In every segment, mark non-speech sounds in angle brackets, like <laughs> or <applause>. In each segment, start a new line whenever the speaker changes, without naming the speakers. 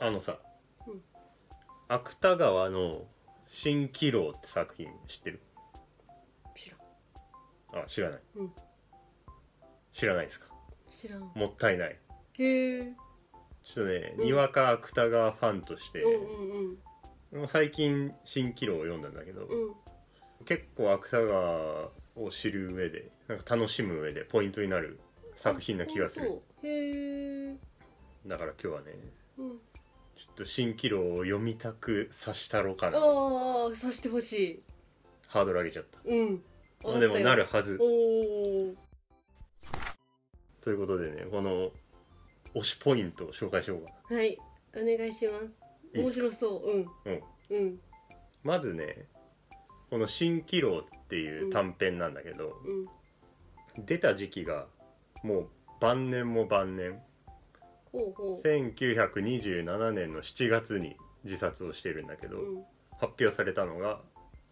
あのさ、
うん
芥川の「蜃気楼」って作品知ってる
知らん
あ知らない、
うん
知らないですか
知らん
もったいない
へえ
ちょっとね、
うん
にわか芥川ファンとして、
うんうん
もう最近「蜃気楼」を読んだんだけど、
うんうん
結構芥川を知る上でなんか楽しむ上でポイントになる作品な気がする
ほんとへえ
だから今日はね
うん
ちょっと蜃気楼を読みたくさしたろうかな
ああさしてほし
ハードル上げちゃった
いうん
まあでもな
る
るはず
おお
ということでねこの推しポイントを紹介しようか
はいお願いします
いいっ
面
すか
白そううん
うん
うん
まずねこの「蜃気楼」っていう短編なんだけど、
うん
出た時期がもう晩年も晩年
ほうほう
1927年の7月に自殺をしてるんだけど、
うん
発表されたのが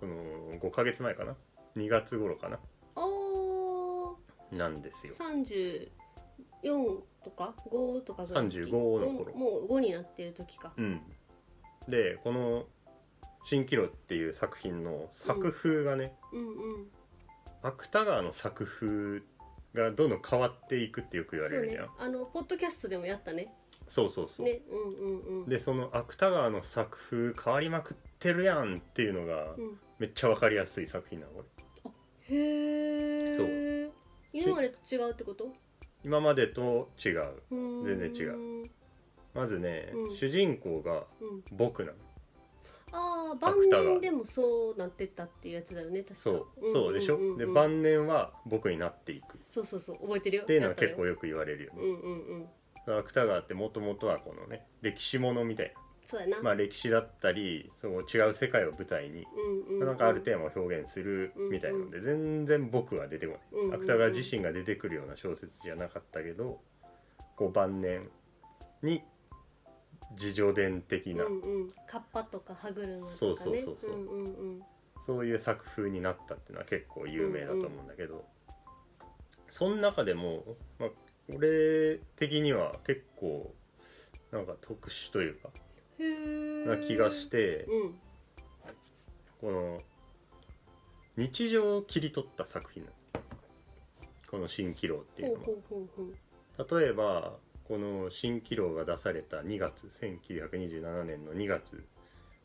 その5ヶ月前かな2月頃かな
ああ
なんですよ
三十四とか五とかぐらいの時
35の頃
もう五になってる時か。
うんでこの「蜃気楼」っていう作品の作風がね、
うんうん。
芥川の作風がどんどん変わっていくってよく言わ
そ
れ
う
るじ
ね
ゃん。
あのポッドキャストでもやったね。
そうそうそう、
ね、うんうんうん。
でその芥川の作風変わりまくってるやんっていうのが
うん、
めっちゃわかりやすい作品なのこれ
へえ。。
そう
今までと違うってこと？
今までと違う
うーん
全然違
う。
まずね、
うん
主人公が
うん。
僕なの
ああ晩
芥川
年でもそうなってったっていうやつだよね確か。
そうそうでしょ、
んんん
で晩年は僕になっていくっ
そうそうそう覚えてるよ。
ていうのは
やったよ
結構よく言われるよ
う
ね、
んうんうん。
芥川ってもともとはこのね歴史ものみたい
そうやな。
な、まあ、歴史だったりそう違う世界を舞台に
うんうんうん。
なんかある程度を表現するみたいなので、全然僕は出てこない、
うんうんうん
芥川自身が出てくるような小説じゃなかったけどこう晩年に自叙伝的な、
うんうん。カッパとか歯車とかね。
そうそうそうそう
うんうんうん。
そういう作風になったっていうのは結構有名だと思うんだけど、その中でも、まあ、俺的には結構なんか特殊というか
へ
な
え。
気がして
うん。
この日常を切り取った作品なのこの「蜃気楼」ってい
ほ
う
う
の
ほうほうほう。
は例えばこの「蜃気楼」が出された2月1927年の2月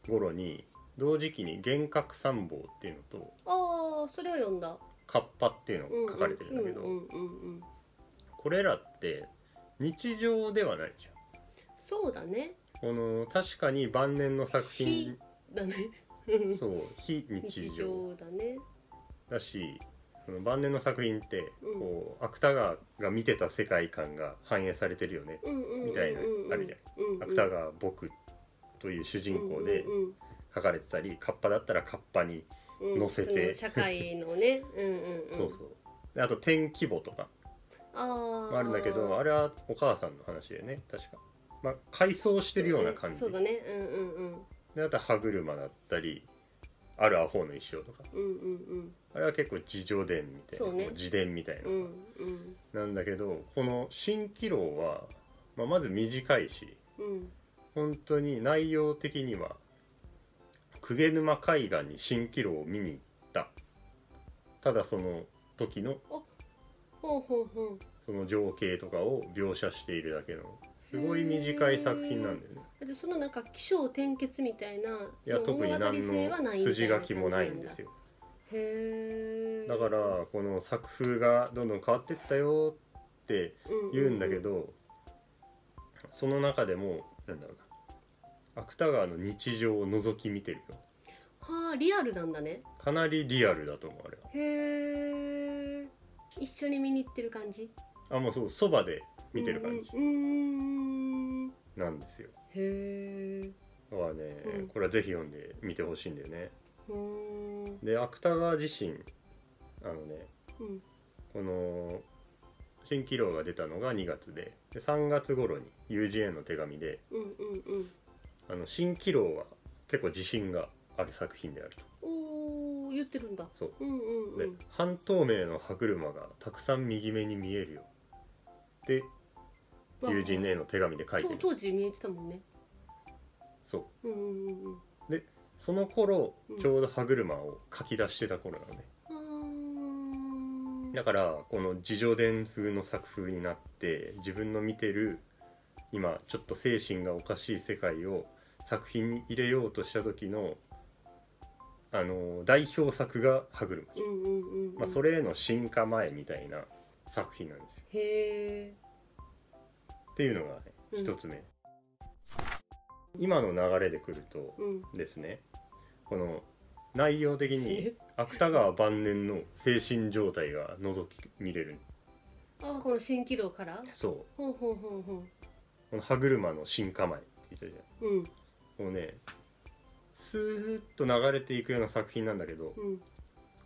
頃に同時期に「幻覚参謀」っていうのと
ああそれは読んだ、
「カッパ」っていう
う
のが書かれてるんだけど、
うんうんうんうん、
これらって日常ではないじゃん
そうだね
この確かに晩年の作品
だね
そう非日
日
常
常だね
だしその晩年の作品って
うん
こう芥川が見てた世界観が反映されてるよね
うんうんうんうん
みたいなあるじ
うんうん、
芥川僕という主人公で
うんうん
書かれてたりカッパだったらカッパに
うんうん
載せて
その社会のねうんうん、うん、
そうそうであと天規模とか
あ
も
あ
あるんだけどあれはお母さんの話だよね確かまあ回想してるような感じ
そうだねうんうんうん
であと歯車だったりあるアホの一生とか
うんうん
あれは結構自叙伝みたい
そ
な、
うね
自伝みたいな、
うんうんうん
なんだけどこの「蜃気楼は」まあ、まず短いし
うん
本当に内容的には鵠沼海岸に蜃気楼を見に行ったただその時の
ほうほうほう
その情景とかを描写しているだけのすごい短い作品なんだよね
だってそのなんか起承転結みたいない
や
その
特に
物語
何
性は
の
ないみたいな
筋書きもないんで
よ
すよ
へえ
だからこの作風がどんどん変わってったよって言うんだけど、その中でもなんだろうな芥川の日常を覗き見てるよ
はあリアルなんだね
かなりリアルだと思うあれは
へえ一緒に見に行ってる感じ
あもうそうそばで見てる感じ
うんうんうん
なんですよ
へえ
だからね、
うん
これはぜひ読んでみてほしいんだよね
うん
で芥川自身あのね
うん
この「蜃気楼」が出たのが2月でで3月頃に友人への手紙で
うんうんうん
「あの蜃気楼」は結構自信がある作品であると
おー言ってるんだ
そう
うんうんう
で
ん
半透明の歯車がたくさん右目に見えるよって友人への手紙で書いて
と
る
当時見えてたもんね
そう
うんうんうんうん
その頃
うん
ちょうど歯車を書き出してた頃なのね、
あー
だからこの自叙伝風の作風になって自分の見てる今ちょっと精神がおかしい世界を作品に入れようとした時のあの代表作が歯車、
うんうんうんうん
まあ、それへの進化前みたいな作品なんですよ
へえ
っていうのがね
うん
一つ目、今の流れでくると
うん
ですねこの内容的
す
に
る
芥川晩年の精神状態が覗き見れる
あーこの蜃気楼から
そう
ほんほんほんほん
この歯車の進化前って言ったじゃん
うん
もうねスーッと流れていくような作品なんだけど
うん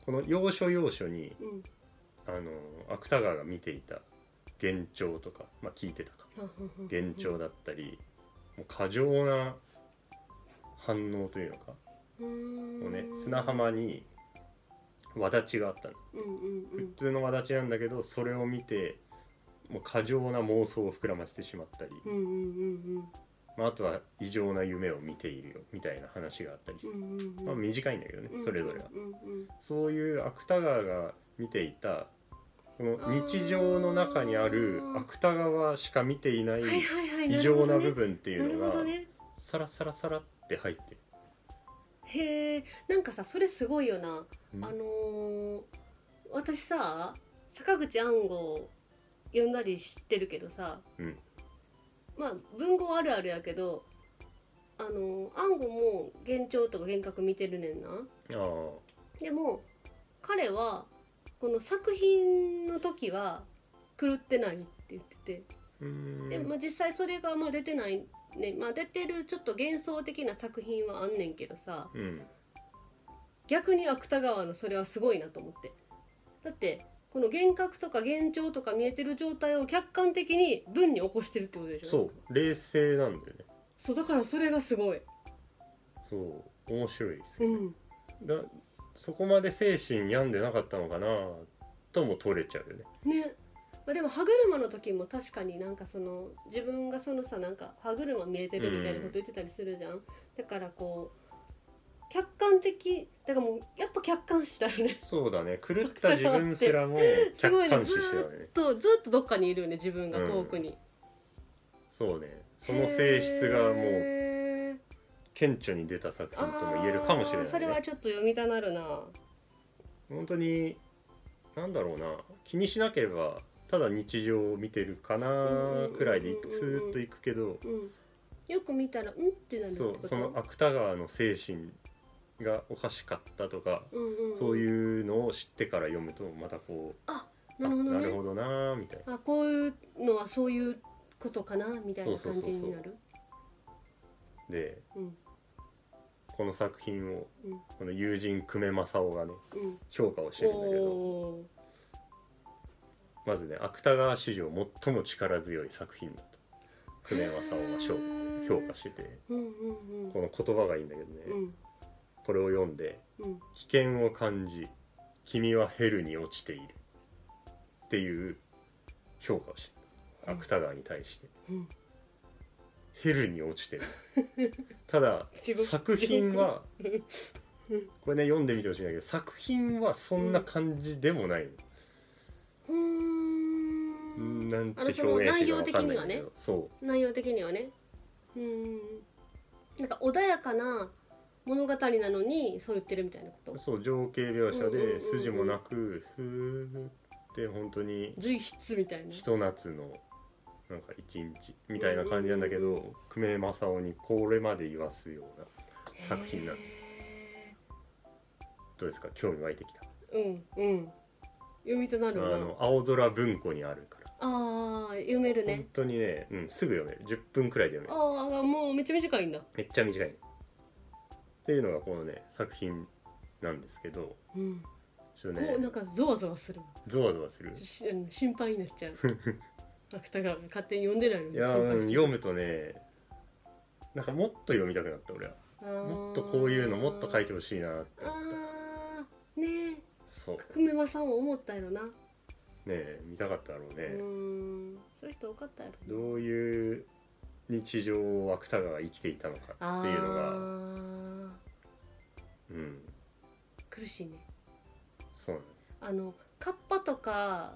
この要所要所に
うん
あの芥川が見ていた幻聴とか、まあ、聞いてたか
あほんほんほん
幻聴だったりもう過剰な反応というのか
うーん
もうね砂浜に輪立ちがあったの
うんうんう
普
ん
通の輪立ちなんだけどそれを見てもう過剰な妄想を膨らませてしまったり、
うんうんうん
まあ、あとは異常な夢を見ているよみたいな話があったり
うんうんうんうん
まあ、短いんだけどね
うん
それぞれが
うんうん
そういう芥川が見ていたこの日常の中にある
あー
芥川しか見ていない
はいはいはい
異常な部分って
て
いう
な
の
るほ
が
どね
サラサラサラって入ってる
へえなんかさそれすごいよな、
うん
あのー私さ坂口安吾呼んだり知ってるけどさ、
うん
まあ文豪あるあるやけどあのー安吾も幻聴とか幻覚見てるねんな
あー
でも彼はこの作品の時は狂ってないって言ってて
うーん
で、まあ、実際それがまあ出てないね、まあ、出てるちょっと幻想的な作品はあんねんけどさ
うん
逆に芥川のそれはすごいなと思ってだってこの幻覚とか幻聴とか見えてる状態を客観的に文に起こしてるってことでしょ
そう冷静なんだよね
そうだからそれがすごい、
そう面白いです
う
よね、
ん、
だそこまで精神病んでなかったのかなとも取れちゃうよね
ね、まあ、でも歯車の時も確かになんかその自分がそのさなんか歯車見えてるみたいなこと言ってたりするじゃん、だからこう客観的だからもうやっぱ客観視だよね
そうだね狂った自分すらも
すごい
客観
ね
視してたね
とずっとどっかにいるよね自分が遠くに、
そうねその性質がもう
へー
顕著に出た作品とも言えるかもしれ
あ
な
ーそ
い
れは
ね
ちょっと読みたなるな
本当になんだろうな気にしなければただ日常を見てるかなくらいで
うんうんうんうん
スーッといくけど
うんよく見たらうんってなるって
そ
こ
う
と
その芥川の精神がおかしかったとか
うんうんん、
そう
う
いうのを知ってから読むとまたこう
あ
あ
なるほどね
なるほどなーみたいな
あこういうのはそういうことかなみたいな
そう
感
そうそ
じ
うそう
になる
で
うん
この作品を
うん
この友人久米正雄がね
うん
評価をして
お
るんだけど
お
まずね芥川史上最も力強い作品だと久米正雄が評
へー
評価してて
ーうんうんうん
この言葉がいいんだけどね、
うん
これを読んで
うん
「危険を感じ君はヘルに落ちている」っていう評価をしてる
うん
芥川に対して
うん
「ヘルに落ちてる」
<laughs>
ただ
地獄
作品は
地獄
これね読んでみてほしいんだけど作品はそんな感じでもないの。
うーん
なんて
あの
表現
そ
してい
の内
いか
容
分
的
かんな
に
い
は
んだけ
ね
どそ
内容的にはねうーんなんか穏やかな物語なのにそう言ってるみたいなこと
うそう情景描写
うんうんうんう
で
ん
筋もなくスーって本当に
随筆みたいな
ひと夏のなんか一日みたいな感じなんだけ
うんうん
ど久米正雄にこれまで言わすような作品なの
へ
どうですか興味湧いてきた
ーうんうん読みとな
あ
るな
の青空文庫にあるから
あー読める
本
ね
当にね、うん、すぐ読める10分くらいで読める
ああもうめっちゃ短いんだ
めっちゃ短いっていうのがこのね作品なんですけど
うん
ちょっと
こうなん
ね
かゾワゾワする
ゾワゾワする
しうん心配になっちゃう芥川が勝手に読んでないの
い
に
や
心
ー
配
うん
して
読むとねなんかもっと読みたくなった俺はもっとこういうのもっと書いて
ほし
ほしい
い
なって
あーね
そう
え久米間さんも思ったやろな、
ねえ見たかっただろう
う
ね、
ーんそういう人多かったやろ
どういう日常を芥川が生きていたのかっていうのが、
あ
うん、
ー苦しいね
そうなんで
あのカッパとか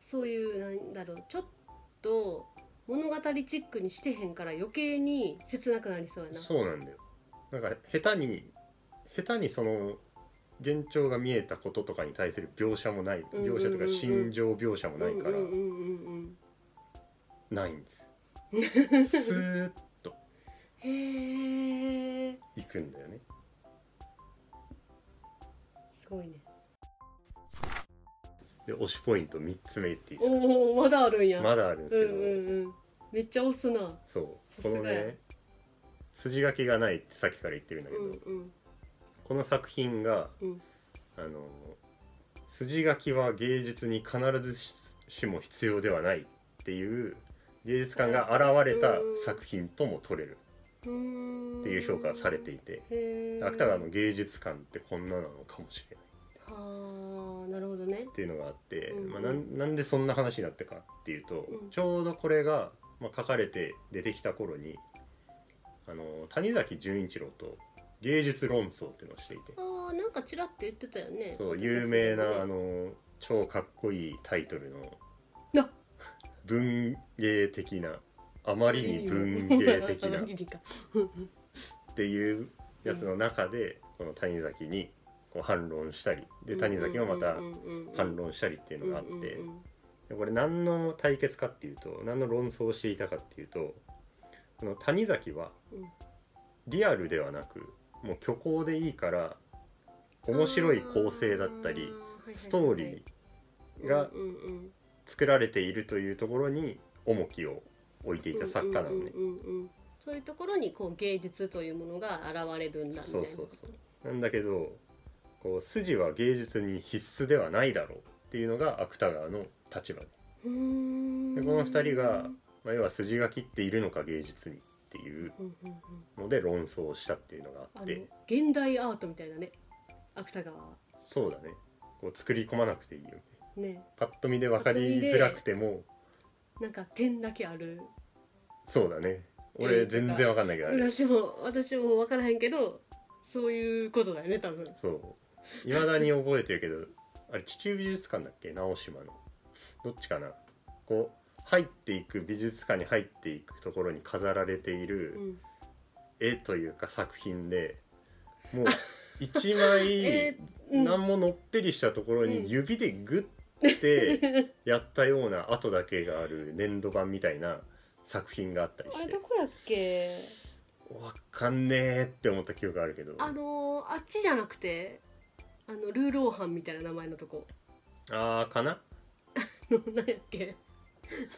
そういうなんだろうちょっと物語チックにしてへんから余計に切なくなりそうやな
すそうなんだよなんか下手に下手にその幻聴が見えたこととかに対する描写もない
うんうんうん
描写とか心情描写もないから
うんうんうんうん
ないんですスーッと
うんへえ
いくんだよね
すごいね
で推しポイント3つ目っていいですか
<laughs> おおまだあるんや
まだあるんです
うん
け
う
ど、
んうんめっちゃ押すな
そう
さす
こ
がや
のね筋書きがないってさっきから言ってるんだ
う
けど、
んうん
この作品が、
うん
あの筋書きは芸術に必ずしも必要ではないっていう芸術感が現れた作品とも取れる
うーん
っていう評価がされていて
へえ
芥川の芸術感ってこんななのかもしれない
はあなるほどね
っていうのがあって、
うん
まあ、なんなんでそんな話になったかっていうと、
うん
ちょうどこれが、まあ、書かれて出てきた頃にあの谷崎潤一郎と芸術論争っていうのをしていて
ああなんかちらっと言ってたよね
そう
ポッドキャ
有
ストで
名
もね
なあの超かっこいいタイトルの
な
文芸的なあまりに文芸的な
あ
っ
いいか
ていうやつの中でこの谷崎にこう反論したりで谷崎もまた反論したりっていうのがあって。でこれ何の対決かっていうと何の論争をしていたかっていうとこの谷崎は
うん
リアルではなくもう虚構でいいから面白い構成だったりストーリーが作られているというところに重きを置いていた作家なのね。
ねそういうところにこう芸術というものが現れるんだみたいな
そうそうなんだけどこう筋は芸術に必須ではないだろうっていうのが芥川の立場で
うーん
でこの二人が、まあ、要は筋書きっているのか芸術にっていう
うんうんうん
ので論争をしたっていうのがあ
あ
っ
の
て。
現代アートみたいなね芥川は
そうだねこう作り込まなくていいよね
ね
パッと見で分かりづらくても
なんか点だけある
そうだね
え
俺
ー
全然分かんないけどあれ
私も私も分からへんけどそういうことだよね多分
そういまだに覚えてるけどあれ地中美術館だっけ直島のどっちかなこう入っていく美術館に入っていくところに飾られていうる
ん
絵というか作品で
<laughs>
もう一枚
えうん
何ものっぺりしたところ
うん
に指でグッてやったような跡だけがある粘土板みたいな作品があったり
あれ
して
どこやっけ
わかんねえって思った記憶あるけど
あのーあっちじゃなくてあのルーローハンみたいな名前のとこ <laughs>
あーかな
の何やっけ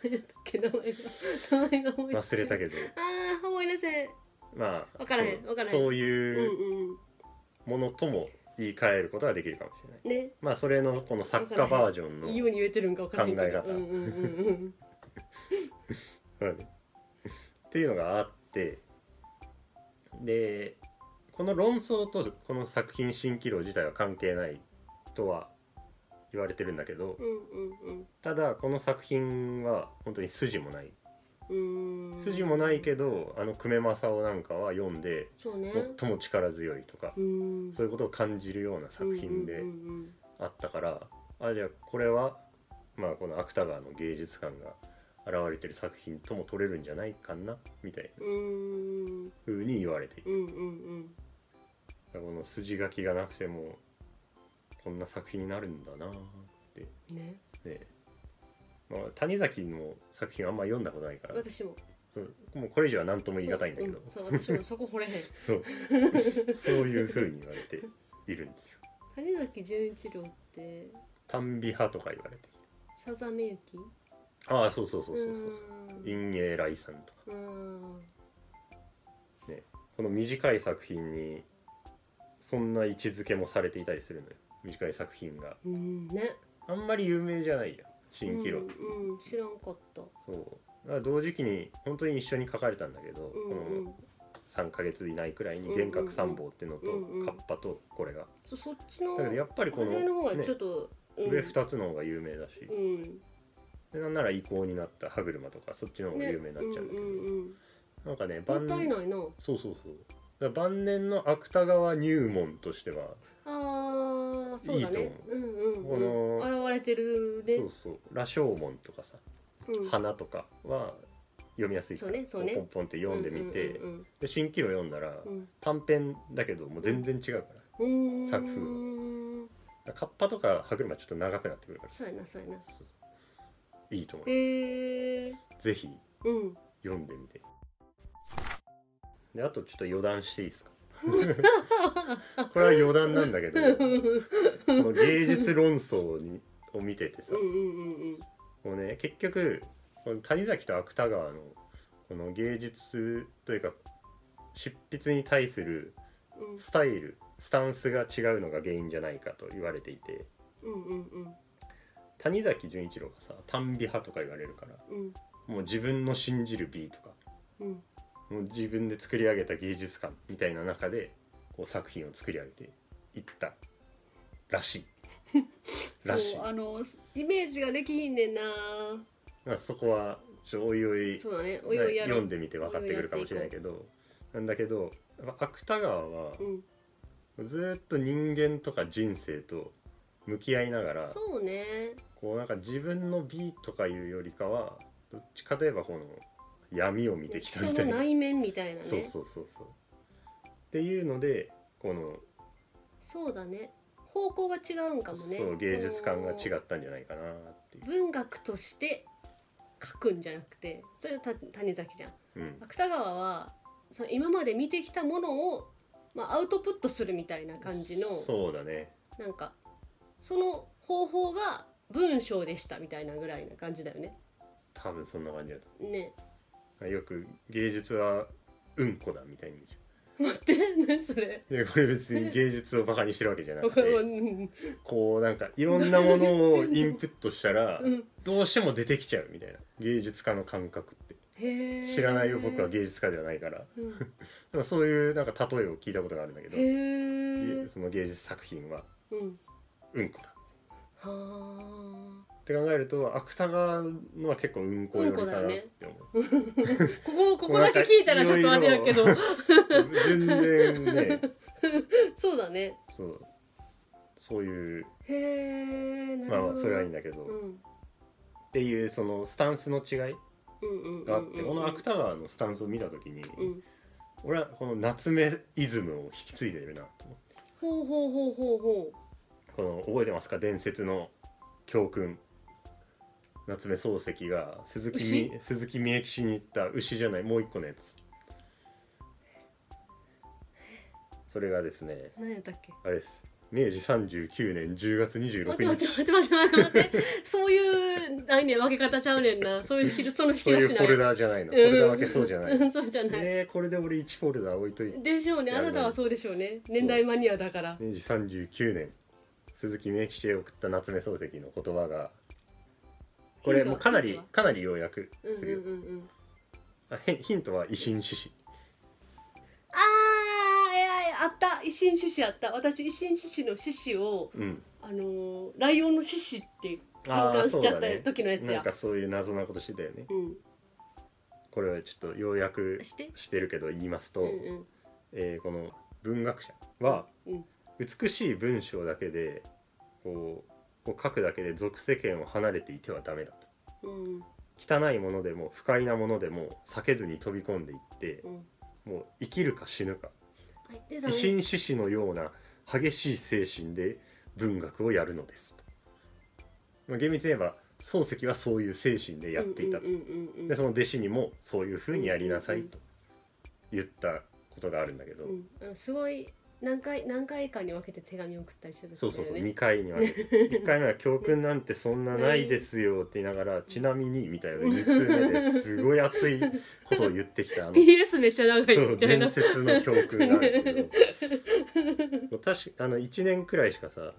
何やったっけ名前が名前が思い出せ
忘れた
け
けど
どああ思い出せん
まあ
わからへん
そう
わからへん
そう
うん
いう
うん
ものとも言い換えることができるかもしれない
ね
まあそれのこの作家バージョンの
いいように言えてるんか分からへんけ
考え
ど
方
うんうんうんうん
うんっていうのがあってでこの論争とこの作品「蜃気楼」自体は関係ないとは言われてるんだけど
うんうん
ただこの作品は本当に筋もない
うんうーん
筋もないけどあの久米正雄なんかは読んで
そうね
最も力強いとか
うーん
そういうことを感じるような作品で
うんうんうんうん
あったからあじゃあこれはまあこの芥川の芸術感が現れてる作品とも取れるんじゃないかなみたいな
うーん
風に言われている
うんうん
この筋書きがなくてもこんな作品になるんだなって
うんね
で、まあ、谷崎の作品あんま読んだことないから
私も
そうもうこれ以上は何とも言い難いんだけど
そう,、うん、そう私もそこ掘れへん
そうそう <laughs> いうふうに言われているんですよ。
谷崎潤一郎って
短美派とか言われてる
さざめゆき
ああそうそうそうそうそうう
ーん
陰影来さんとか
うーん
この短い作品にそんな位置づけもされていたりするのよ短い作品が
うんね
あんまり有名じゃないやん蜃気楼
う
っ
ん
て、
うん知らんかった
そうだから同時期に本当に一緒に書かれたんだけど、
うんう
こ
ん
の3ヶ月以内くらいに
うん
「
うんう
幻
ん
覚三宝」っていうのと
うんうん
カッパとこれが
そそっちの
だけどやっぱりこ
初めの方
の、
は
ね
ちょっと、うん、
上2つの方が有名だし
うん
でなんなら遺構になった歯車とかそっちの方が有名になっちゃうんだけど
ねうんうんうん
なんかね
もったいないな
そうそうそうだから晩年の芥川入門としては、
あーそうだ
いい
ね
と
うんうん、
こ
うん、現れてるね
そうそう「羅生門」とかさ
う
「
ん
花」とかは読みやすいから
そうねそうね
ポンポンって読んでみて、
うん
で新規を読んだら
うん
短編だけどもう全然違うからだか
うんうん、
作風
風
らカッパとか歯車ちょっと長くなってくるから
そうやなそうやな
そういいと思う
へえ
ぜひ
うん
読んでみてであとちょっと余談していいですかこれは余談なんだけ
<laughs>
どこの芸術論争にを見ててさ
うんうんうんうん
もうね結局この谷崎と芥川のこの芸術というか執筆に対する
うん
スタイルスタンスが違うのが原因じゃないかと言われていて
うんうんうん
谷崎潤一郎がさ短美派とか言われるから
うん
もう自分の信じる美とか
うん
もう自分で作り上げた芸術観みたいな中でこう作品を作り上げていったらしいらしい
そうあのイメージができひんねんな
まあそこはちょおいおい
そうだねおいおいやろ
読ん
う
でみて分かってくるかもしれないけどなんだけどやっぱ芥川は
うん
ずーっと人間とか人生と向き合いながら
そうね
こうなんか自分の美とかいうよりかはどっちかといえばこの闇を見てきた
人
みた
の
いな
内面みたいなね
そうそうそうそうっていうのでこの
そうだね方向が違うんかもね
そう芸術感が違
う
ったんじゃないかなっていう、
文学として書くんじゃなくてそれはた谷崎じゃん
うん、
芥川はその今まで見てきたものを、まあ、アウトプットするみたいな感じの
そうだね
なんかその方法が文章でしたみたいなぐらいな感じだよね。
多分そんな感じだ
ね <laughs>
とよく芸術はうんこだみたいに言うじゃん
待って何それ
いやこれ別に芸術をバカにしてるわけじゃなく
<laughs> う
て
ん
こうなんかいろんなものをインプットしたら
<laughs> うん
どうしても出てきちゃうみたいな芸術家の感覚って
へー
知らないよ僕は芸術家ではないから
うん
なんかそういうなんか例えを聞いたことがあるんだけど
へえ
その芸術作品は
うん
うんこだ
はあ
って考えると芥川のは結構うんこよりかなって思う
ここここだけ聞いたらちょっとあれやけど
全然ね
<laughs> そうだね
そうそういう
へえなる
まあ
ほど、
まあそれはいいんだけど、
う
っ
ん
ていうそのスタンスの違い
うんうんうんうんうん
があって、この芥川のスタンスを見た時に、
うん
俺はこの夏目イズムを引き継いでいるなと思って
ほうほうほうほうほ
この覚えてますか伝説の教訓夏目漱石が鈴木み鈴木みゆき氏に行った牛じゃないもう一個のやつそれがですね
う何やったっけ
あれです明治39年10月26
待って
日
待って待って待って待って待ってそういうないねん分け方ちゃうねんなそういうひその引
そ
き
う
出
いう
し
フ
ない
ォルダーじゃないのフォルダー分けそうじゃない
うん <laughs> うんそうじゃない、
えー、これで俺1フォルダー置いといて
でしょうねあなたはそうでしょうね年代マニアだから
明治39年鈴木みゆき氏へ送った夏目漱石の言葉がこれもうかな
ヒ
り
ントは
かなり要約
うんうん
す
う
るよ、
んうん
あへヒントは維新志士
あーいやいやあった維新志士あった私維新志士の志士を
うん
あのーライオンの獅子って
あ
変
ー
換しちゃった
そうだね
時のやつ
なん
や
かそういう謎なことしてたよね
うん
これはちょっと要約
して
してるけど言いますと、
うんうん
えーこの文学者は
うん
美しい文章だけでこうこう書くだけで俗世間を離れていてはダメだと
うん
汚いものでも不快なものでも避けずに飛び込んでいって
うん
もう生きるか死ぬか
入ってた
維
ね
新志士のような激しい精神で文学をやるのですと、まあ、厳密に言えば漱石はそういう精神でやっていたと、
うんうんうんうんうん
でその弟子にもそういうふうにやりなさいと言ったことがあるんだけど、
うんあのすごい何回何回かに分けて手紙を送ったりしてる
そうそうそう、
ね
2回
<laughs>
に分けて1回目は「教訓なんてそんなないですよ」って言いながら「ちなみに」みたいな2通目
<laughs>
ですごい熱いことを言ってきたあの
PS めっちゃ長い
そう
みたいな
伝
<laughs>
説の教訓があるけどもう確かあの1年くらいしかさ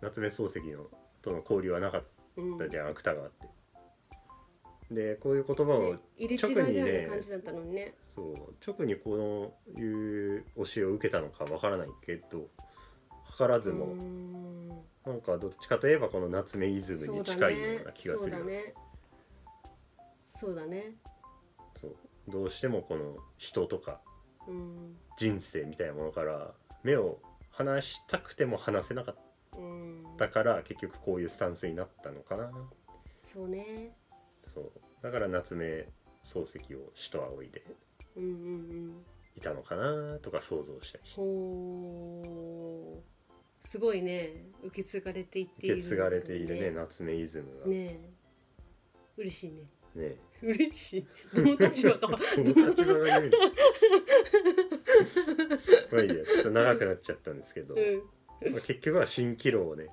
夏目漱石のとの交流はなかっ
うん
た
ね
じゃん芥川って。でこういう言葉を
入れ違いぐらいな感じだったのにね
そう直にこのいう教えを受けたのかわからないけど図らず
うー
も
ん
なんかどっちかといえばこの夏目イズム
そ
に
うだ
近い
ね
ような気が
そ
す
う
る
だ
よ
ねそうだね
そうどうしてもこの人とか
うん
人生みたいなものから目を離したくても離せなかっ
うん
たから結局こういうスタンスになったのかな
そうね
そうだから夏目漱石を死と仰いで
うんうんうん
いたのかなとか想像したり
ほうすごいね受け継がれていって
受
いる
け継がれているね夏目イズムがね
ねえ嬉しいね <laughs>
ね
嬉しいどの立場か
<laughs>
は
この立場が言うのまあいいやちょっと長くなっちゃったんですけど、
う
まあ結局は「蜃気楼」をね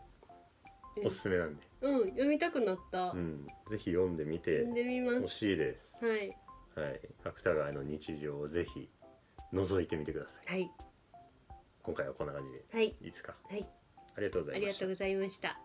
うん
おすすめなんで、
ん、うん、読みたくなった、
うん、ぜひ読んでみて
読んでみま
ほ
す
しいです
はい
はい芥川の日常をぜひ覗いてみてください
はい
今回はこんな感じで
はい
いですか
はい
ありがとうござ
あ
い
り
ま
が
した
とうございました